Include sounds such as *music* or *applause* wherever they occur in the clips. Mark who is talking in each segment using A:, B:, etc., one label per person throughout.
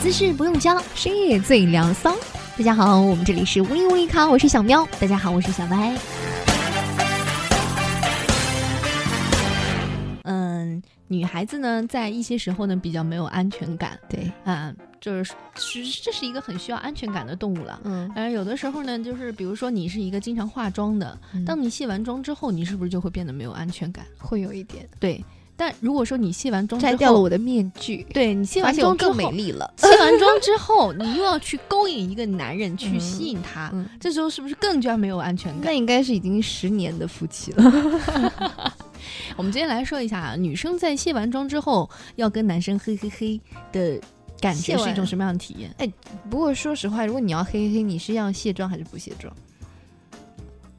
A: 姿势不用教，
B: 深夜最疗骚。大家好，我们这里是微微咖，我是小喵。大家好，我是小白。嗯，女孩子呢，在一些时候呢，比较没有安全感
A: 对，
B: 啊，就是是这是一个很需要安全感的动物了。
A: 嗯，
B: 而有的时候呢，就是比如说你是一个经常化妆的，当你卸完妆之后，你是不是就会变得没有安全感？
A: 会有一点
B: 对。但如果说你卸完妆之后，
A: 摘掉了我的面具，
B: 对你卸
A: 发
B: 完
A: 现我
B: 妆之
A: 更
B: 后，
A: 美丽了。
B: 卸完妆之后，你又要去勾引一个男人去吸引他，
A: 嗯，
B: 这时候是不是更加没有安全
A: 那
B: 感？
A: 应该是已经十年的夫妻了。
B: *laughs* 我们今天来说一下啊，女生在卸完妆之后要跟男生嘿嘿嘿的感
A: 卸
B: 觉
A: 完
B: 是一种什么样的体验？
A: 哎不过说实话，如果你要黑黑，你是要卸妆还是不卸妆？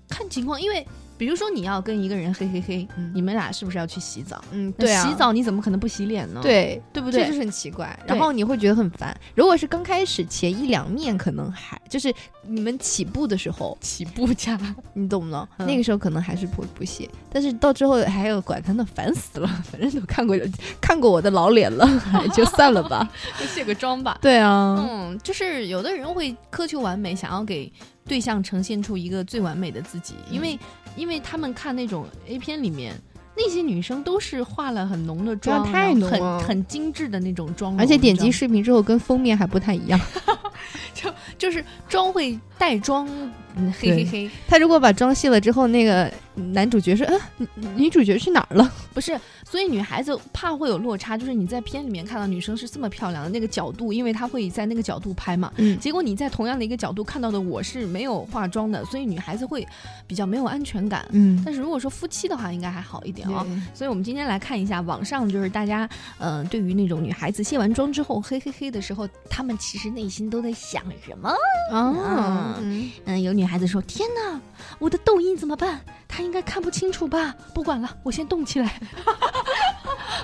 B: 看情况，因为比如说你要跟一个人嘿嘿嘿，
A: 嗯
B: 你们俩是不是要去洗澡？
A: 嗯，
B: 那
A: 对啊，
B: 洗澡你怎么可能不洗脸呢？
A: 对。
B: 对不
A: 这
B: 对
A: 就？是很奇怪，
B: 嗯对
A: 然后你会觉得很烦。如果是刚开始前一两面，可能还就是你们起步的时候，
B: 起步价，
A: 你懂吗？
B: 嗯
A: 那个时候可能还是不不屑，但是到之后还有管他呢，烦死了。 *laughs* 反正都看过看过我的老脸了， *laughs* 哎就算了
B: *laughs*
A: 吧。
B: 就卸个妆吧。
A: 对啊，
B: 嗯，就是有的人会苛求完美，想要给对象呈现出一个最完美的自己，因
A: 嗯
B: 为、因为他们看那种 A 片里面。那些女生都是化了很浓的
A: 对啊
B: 妆，
A: 太
B: 然后
A: 浓了
B: 很很精致的那种妆
A: 嗯
B: 容，
A: 而且点击
B: 你知
A: 视频之后跟封面还不太一样。
B: 道吗就是妆会带妆，嗯嘿
A: 对
B: 嘿嘿，
A: 他如果把妆卸了之后，那个男主角说：“啊，女女主角去哪儿了
B: 不是，所以女孩子怕会有落差，就是你在片里面看到女生是这么漂亮的那个角度，因为她会在那个角度拍嘛，？”
A: 嗯，
B: 结果你在同样的一个角度看到的我是没有化妆的，所以女孩子会比较没有安全感。
A: 嗯，
B: 但是如果说夫妻的话，应该还好一点啊、
A: 对
B: 所以，我们今天来看一下网上就是大家，呃，对于那种女孩子卸完妆之后嘿嘿嘿的时候，她们其实内心都在想什么？
A: 啊，嗯
B: 嗯，有女孩子说：“天哪，我的痘印怎么办？她应该看不清楚吧？不管了，我先动起来。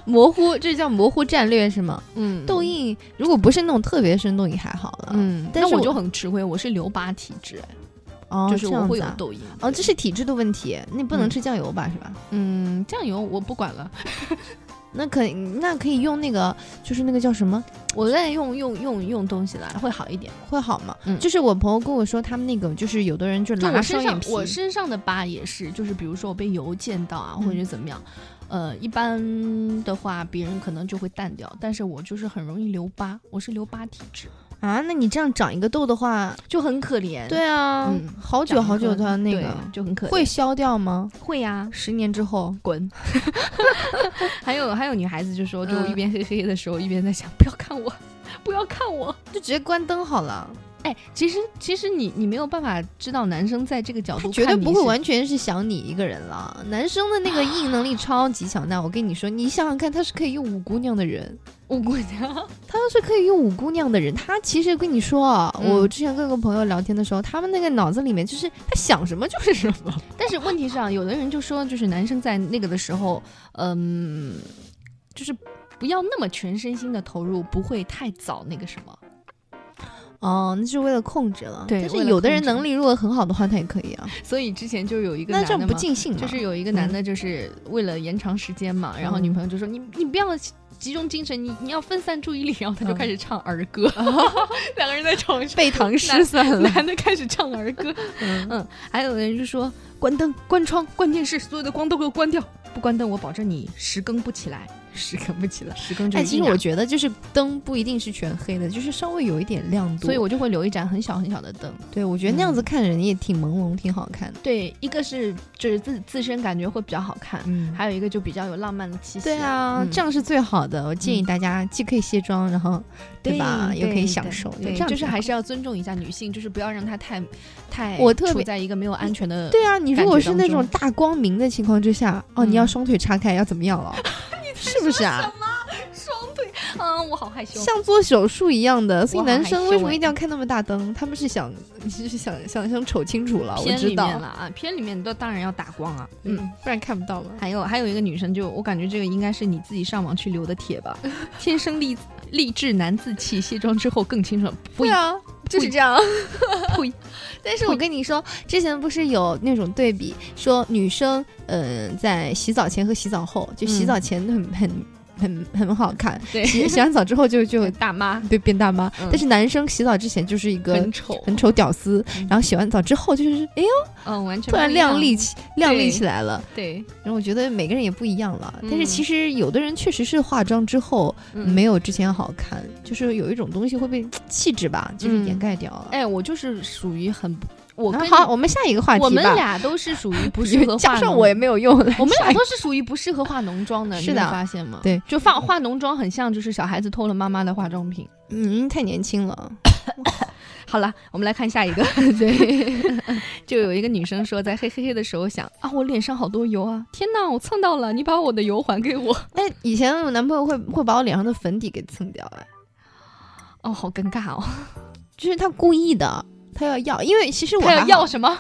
A: 模糊，这叫模糊战略是吗？”
B: 嗯
A: 痘
B: 痘印，
A: 印如果不是那种特别深，痘印还好了。，
B: 嗯，
A: 但
B: 但
A: 是
B: 是
A: 我
B: 我就很吃亏，我是留疤体质，
A: 哦，
B: 就是
A: 这
B: 我
A: 样
B: 会
A: 子
B: 有
A: 啊
B: 痘印。
A: 哦，这是体质的问题，那不能
B: 嗯
A: 吃酱油吧，是吧？
B: 嗯，酱油我不管了，
A: 那可以那可以用那个，就是那个叫什么
B: 我在用用用用东西来会好一点。
A: 会好吗？
B: 嗯
A: 就是我朋友跟我说，他们那个就是有的人就
B: 就
A: 拉
B: 我
A: 双
B: 身
A: 眼
B: 上
A: 皮，
B: 我身上的疤也是，就是比如说我被油溅到啊，
A: 嗯
B: 或者怎么样，呃，一般的话别人可能就会淡掉，但是我就是很容易留疤，我是留疤体质，
A: 啊，那你这样长一个痘的话，
B: 就很可怜。
A: 对啊，
B: 嗯
A: 好
B: 长一颗，
A: 久好久的那个
B: 对就很可怜。
A: 会消掉吗？
B: 会啊呀、
A: 十年之后，
B: 滚！ *laughs* 还有还有女孩子就说，就
A: 嗯
B: 一边嘿嘿的时候，一边在想， *laughs* 不要看我，不要看我。
A: 就直接关灯好了，
B: 哎，其实其实你你没有办法知道男生在这个角度
A: 绝对
B: 看你
A: 不会
B: 是
A: 完全是想你一个人了。男生的那个意淫能力超级强大，我跟你说，你想想看，他是可以用五姑娘的人，
B: 无辜的。
A: 他是可以用五姑娘的人，他其实跟你说啊，
B: 嗯
A: 我之前跟个朋友聊天的时候，他们那个脑子里面就是他想什么就是什么，
B: 但是问题是啊，有的人就说，就是男生在那个的时候，嗯，就是不要那么全身心的投入，不会太早那个什么。
A: *laughs* 哦，那就是为了控制了。
B: 对
A: 但
B: 为
A: 是
B: 了
A: 有的人
B: 控制
A: 能力如果很好的话，他也可以啊。
B: 所以之前就有一个
A: 那
B: 男
A: 这
B: 的
A: 样不
B: 嘛
A: 尽兴嘛
B: 就是有一个男的，就是为了延长时间嘛，然后
A: 嗯
B: 女朋友就说：“你你不要集中精神，你你要分散注意力。”然后他就
A: 嗯
B: 开始唱儿
A: *laughs*
B: 歌，两个人在床上
A: 背唐诗算了。
B: 男的开始唱儿歌，
A: 嗯
B: 嗯，还有人就说关灯、关窗、关电视，所有的光都给我关掉，不关灯我保证你十更不起来，十更不起来，十更就
A: 哎，
B: 是
A: 其
B: 一
A: 实
B: 两
A: 我觉得就是灯不一定是全黑的，就是稍微有一点亮度。啊
B: 所以我就会留一盏很小很小的灯。
A: 对我觉得那
B: 嗯
A: 样子看人也挺朦胧，挺好看的。
B: 对，一个是就是自自身感觉会比较好看，
A: 嗯
B: 还有一个就比较有浪漫的气息。
A: 对啊，
B: 嗯
A: 这样是最好的。我建议
B: 嗯
A: 大家既可以卸妆，然后
B: 对
A: 吧，又可以
B: 对
A: 享
B: 对
A: 受，
B: 对，
A: 这样
B: 就是
A: 挺
B: 还
A: 好
B: 是要尊重一下女性，就是不要让她太太
A: 我特
B: 处
A: 别
B: 在一个没有安全的。
A: 对啊，你如
B: 感
A: 果
B: 觉
A: 是
B: 当
A: 那种
B: 中
A: 大光明的情况之下，哦，你要
B: 嗯
A: 双腿叉开，要怎么样
B: *laughs*
A: 了？是不是啊？
B: 嗯，我好害羞。
A: 像做手术一样的，所以
B: 我好
A: 男
B: 害
A: 生为
B: 羞
A: 什么
B: 哎
A: 一定要开那么大灯？他们是想，你是想想想瞅清楚了，我
B: 片
A: 知
B: 里面
A: 道，
B: 了啊，片里面都当然要打光啊。嗯，
A: 嗯，不然看不到嘛。
B: 还有还有一个女生就，我感觉这个应该是你自己上网去留的帖吧。天生丽励志难自弃，卸妆之后更清爽。
A: 对啊，就是
B: 呸
A: 这样
B: 呸。
A: *laughs* 但是我跟你说，之前不是有那种对呃比，说女生，嗯、在洗澡前和洗澡后，就洗
B: 嗯
A: 澡前很很很很好
B: *laughs*
A: 看，
B: 对
A: 洗洗完澡之后就就
B: 大妈
A: 对变大妈，
B: 嗯
A: 但是男生洗澡之前就是一个
B: 很丑，
A: 很丑屌丝，
B: 嗯
A: 然后洗完澡之后就是哎呦
B: 嗯，完全
A: 突然
B: 不一样
A: 亮丽，起亮丽起来了。
B: 对，
A: 然后我觉得每个人也不一样了，
B: 嗯
A: 但是其实有的人确实是化妆之后
B: 嗯
A: 没有之前好看，就是有一种东西会被气质吧，就是掩盖掉啊了。
B: 哎，我就是属于很不，我
A: 那
B: 跟
A: 啊好，我们下一个话题吧。
B: 我们俩都是属于不适合
A: 加
B: 化
A: 上
B: 浓，
A: 我也没有用了。
B: *laughs* 我们
A: 下
B: 俩
A: 一个
B: 都是属于不适合化浓妆的，
A: 是的
B: 你有发现吗？
A: 对，
B: 就化化浓妆很像就是小孩子偷了妈妈的化妆品。
A: 嗯，太年轻 *laughs* 了。
B: 好了，我们来看下 *laughs* 一个。
A: 对，
B: *laughs* 就有一个女生说，在嘿嘿嘿的时候想啊，我脸上好多油啊！天哪，我蹭到了，你把我的油还给我。
A: 哎，以前我男朋友会会把我脸上的粉底给蹭掉，哎，
B: *laughs* 哦，好尴尬 *laughs* 哦。
A: 就是他故意的，他要要，因为其实我
B: 他
A: 还
B: 要
A: 好
B: 要什 *laughs* 么？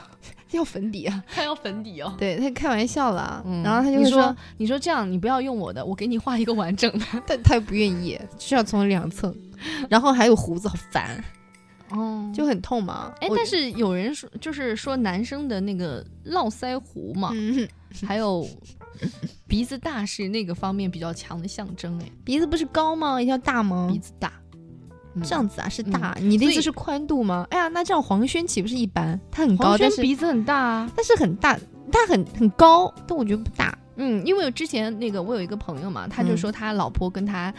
A: 要粉底啊，
B: 他要粉底哦。
A: 对他开玩笑啦，
B: 嗯，
A: 然后他就会
B: 你
A: 说
B: 说，你说这样，你不要用我的，我给你画一个完整的。
A: 但他又不愿意，就是要从脸上蹭，然后还有胡子，好烦，
B: 哦就
A: 就很痛嘛。
B: 哎，
A: 我
B: 但是有人说，就是说男生的那个络腮胡嘛，
A: 嗯，
B: 还有鼻子大是那个方面比较强的象征。哎，
A: 鼻子不是高吗？一定要大吗？
B: 鼻子大，嗯
A: 这样子啊，是大。你的意
B: 所
A: 思
B: 以
A: 是宽度吗？哎呀，那这样黄轩岂不是一般？他很高，
B: 黄轩
A: 但是
B: 鼻子很大啊。
A: 但是很大，他很很高，但我觉得不大。
B: 嗯，因为我之前那个我有一个朋友嘛，他
A: 嗯
B: 就说他老婆跟他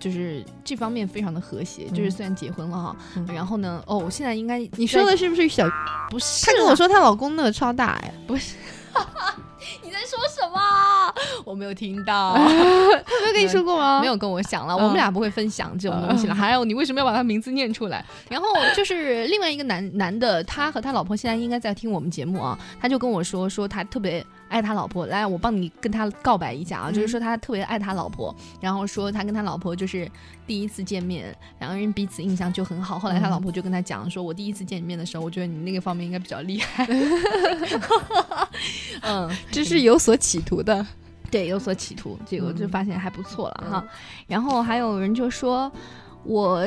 B: 就是这方面非常的和谐，就是
A: 嗯
B: 虽然结婚了哈，
A: 嗯
B: 然后呢，哦，我现在应该
A: 你说的是不是啊小？
B: 不是
A: 她跟我说
B: 说
A: 她老公那个超大哎，
B: 你在说什么？我没有听到，
A: 她没有跟你说过吗？
B: 没有跟我讲了，
A: 嗯
B: 我们俩不会分享这种东西了。还有，你为什么要把他名字念出来？嗯 *laughs* 然后就是另外一个男男的，他和他老婆现在应该在听我们节目啊，他就跟我说说他特别。爱他老婆，来，我帮你跟他告白一下啊，
A: 嗯
B: 就是说他特别爱他老婆，然后说他跟他老婆就是第一次见面，两个人彼此印象就很好。后来他
A: 嗯
B: 老婆就跟他讲说，我第一次见面的时候，我觉得你那个方面应该比较厉 *laughs* 害。嗯，
A: 这是有所企图的。
B: 对，有所企图，这个我就
A: 嗯
B: 发现还不错了哈。然后还有人就说，我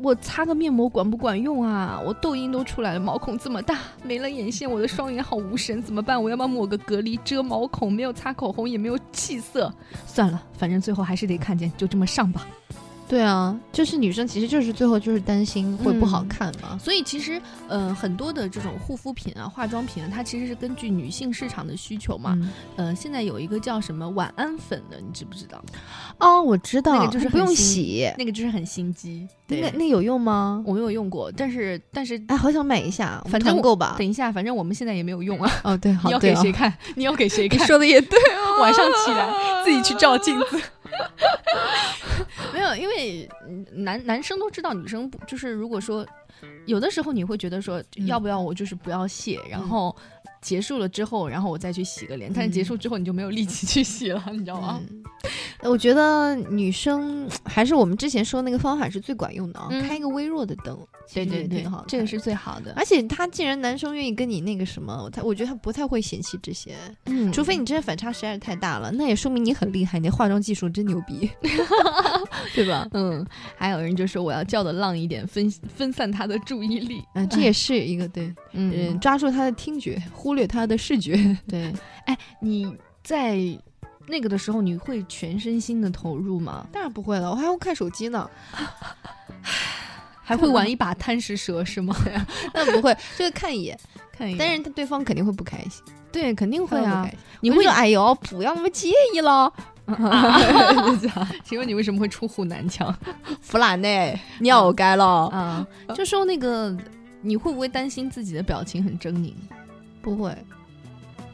B: 我擦个面膜管不管用啊？我痘印都出来了，毛孔这么大，没了眼线，我的双眼好无神，怎么办？我要不要抹个隔离遮毛孔？没有擦口红，也没有气色，算了，反正最后还是得看见，就这么上吧。
A: 对啊，就是女生其实就是最后就是担心会不好看嘛。
B: 所以其实，呃，很多的这种护肤品啊、化妆品啊，它其实是根据女性市场的需求嘛。
A: 嗯
B: 呃，现在有一个叫什么晚安粉的，你知不知道？
A: 哦，我知道，
B: 那个就是
A: 不用
B: 很
A: 洗，
B: 那个就是很心机，
A: 那
B: 对。
A: 个那有用吗？
B: 我没有用过，但是但是
A: 哎，好想买一下，我们
B: 反正
A: 团
B: 我
A: 购吧。
B: 等一下，反正我们现在也没有用啊。
A: 哦，对，好
B: 你要
A: 对
B: 给
A: 哦
B: 谁看？你要给谁
A: 你
B: 看？
A: 说的也对，
B: 晚上起来自己去照镜 *laughs* 子。没有，因为嗯男男生都知道，女生不就是如果说有的时候你会觉得说，
A: 嗯
B: 要不要我就是不要卸，然后结束了之后，然后我再去洗个脸，但是结束之后你就没有力气去洗了，你知道吗？
A: 嗯，我觉得女生还是我们之前说那个方法是最管用的啊，
B: 嗯
A: 开一个微弱的灯，
B: 对对对
A: 挺好看，
B: 这个是最好的。哎
A: 而且他既然男生愿意跟你那个什么，他我觉得他不太会嫌弃这些，
B: 嗯
A: 除非你真的反差实在是太大了，那也说明你很厉害，你的化妆技术真牛
B: *laughs*
A: 逼，对吧？
B: 嗯，还有人就说我要叫的浪一点，分分散他的注意力。
A: 嗯，这也是一个对，嗯，
B: 哎嗯，
A: 抓住他的听觉，忽略他的视觉。
B: *laughs* 对，哎，你在那个的时候，你会全身心的投入吗？
A: 当然不会了，我还会看手机呢。
B: 还会玩一把贪食蛇是吗？
A: 那不会， *laughs* 就是看一眼，
B: 看一眼，
A: 但是他对方肯定会不开心，
B: *laughs* 对，肯定会啊。
A: 你
B: *laughs* 你
A: 会
B: 会
A: 说，哎呦，不要那么介意了，
B: 请问你为什么会出湖南腔
A: 弗兰呢，
B: 嗯
A: 尿该了，
B: *laughs* 啊？就说那个，你会不会担心自己的表情很狰狞？
A: 不会，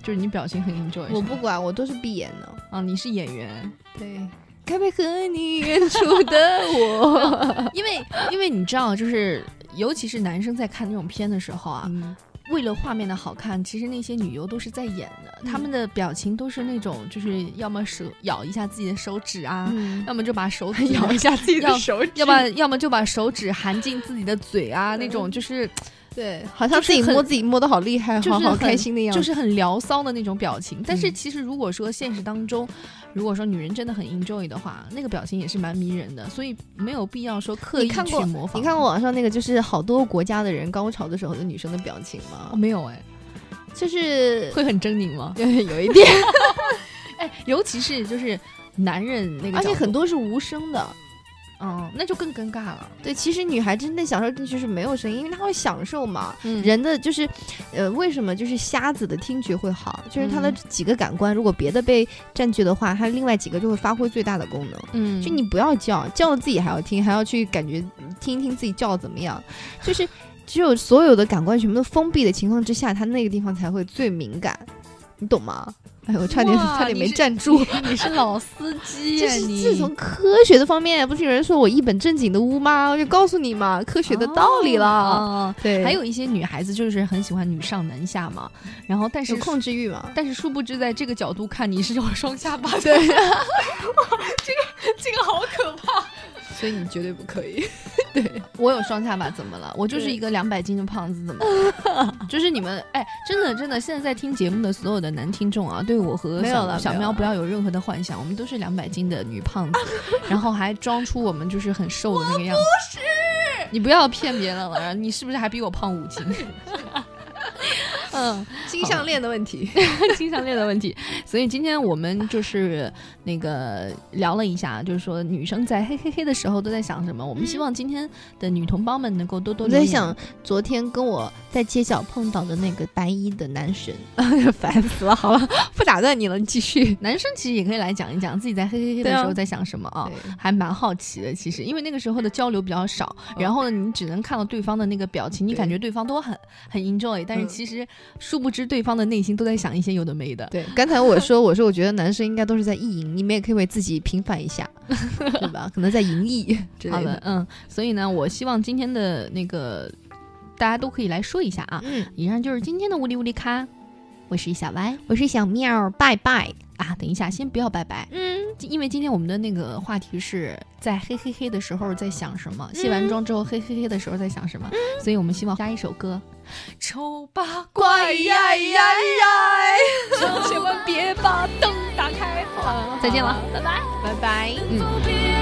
B: 就是你表情很 enjoy，
A: 我
B: 是吗
A: 不管，我都是闭眼的。
B: 啊，你是演员，
A: 对，该配和你远处的我。
B: *laughs* 因为因为你知道，就是尤其是男生在看那种片的时候啊，
A: 嗯
B: 为了画面的好看，其实那些女优都是在演的，
A: 嗯
B: 她、们的表情都是那种，就是要么手咬一下自己的手指啊，
A: 嗯
B: 要么就把手 *laughs* 指
A: 咬一
B: 下自己
A: 的
B: 手指，要么要么就把手指含进自己的嘴啊，那种就是
A: 对，好像自己
B: 就是很
A: 摸自己摸的好厉害，
B: 就是
A: 好好
B: 很
A: 开心的样子。
B: 就是很聊骚的那种表情。但
A: 嗯
B: 是嗯其实如果说现实当中，如果说女人真的很 enjoy 的话，那个表情也是蛮迷人的，所以没有必要说刻
A: 你
B: 意
A: 看
B: 去
A: 过
B: 模仿。
A: 你看过网上那个，就是好多国家的人高潮的时候的女生的表情
B: 哦？
A: 吗？
B: 没有哎，
A: 就是 *laughs*
B: *laughs* 会很狰狞吗？
A: 有一点，
B: 哎，尤其是就是男人那个角度，
A: 而且很多是无声的。
B: 嗯，那就更尴尬了。
A: 对，其实女孩真的享受就是没有声音，因为她会享受嘛。
B: 嗯
A: 人的就是，呃，为什么就是瞎子的听觉会好？就是他的
B: 嗯
A: 几个感官，如果别的被占据的话，他另外几个就会发挥最大的功能。
B: 嗯，
A: 就你不要叫，叫了自己还要听，还要去感觉听一听自己叫怎么样，就是只有所有的感官全部都封闭的情况之下，他那个地方才会最敏感，你懂吗？哎呦，我差点
B: 哇
A: 差点
B: 你
A: 没
B: 是
A: 站住。
B: 你是 *laughs* 老司机
A: 这
B: 啊，
A: 是
B: 你
A: 自从科学的方面，不是有人说我一本正经的污吗？我就告诉你嘛，科学的道理了。
B: *laughs* 哦哦
A: 对，
B: 还有一些女孩子就是很喜欢女上男下嘛，然后但是
A: 有控制欲嘛？
B: 但是殊不知，在这个角度看，你是有双下巴的。
A: 对，
B: 这个好可怕。
A: 所以你绝对不可
B: *laughs*
A: 以。对，
B: *laughs* 我有双下巴怎么了？我就是
A: 对
B: 一个两百斤的胖子，怎么了？ *laughs* 就是你们，哎，真的真的，现在在听节目的所有的男听众啊，对我和
A: 没有
B: 小
A: 了
B: 小
A: 没有
B: 喵
A: 了
B: 不要有任何的幻想，我们都是两百斤的女胖 *laughs* 子，然后还装出我们就是很瘦的那个样子。不是，你不要骗别人了，你是不是还比我胖五斤？嗯，
A: 金项链的问题。
B: 金项链的问题。所以今天我们就是那个聊了一下，就是说女生在嘿嘿嘿的时候都在想什么。我们希望今天的女同胞们能够多多
A: 我在
B: 留言
A: 想，昨天跟我在街角碰到的那个白衣的男神， *laughs* 烦死了。好了，不打断你了，你继续。
B: 男生其实也可以来讲一讲自己在嘿嘿嘿的
A: 对啊
B: 时候在想什么啊。
A: 对
B: 还蛮好奇的，其实，因为那个时候的交流比较少，
A: 嗯
B: 然后呢，你只能看到对方的那个表情，你
A: 对
B: 感觉对方都很很 enjoy，但是
A: 嗯
B: 其实殊不知对方的内心都在想一些有的没的。
A: 对，刚才我说，我说我觉得男生应该都是在意淫，你们也可以为自己平反一 *laughs* 下，对吧？可能在淫逸之
B: 好
A: 类
B: 的
A: 的。，
B: 嗯，所以呢，我希望今天的那个大家都可以来说一下啊。
A: 嗯，
B: 以上就是今天的无力无力咖，我是小歪
A: 我是小妙，拜拜。
B: 啊。等一下，先不要拜拜，
A: 嗯，
B: 因为今天我们的那个话题是在嘿嘿嘿的时候在想什么，
A: 嗯
B: 卸完妆之后嘿嘿嘿的时候在想什么，所以我们希望加一首歌，丑八
A: 哎
B: 怪呀呀呀，千万别把灯打开。好了，再见了，拜拜，拜拜，嗯。
C: 别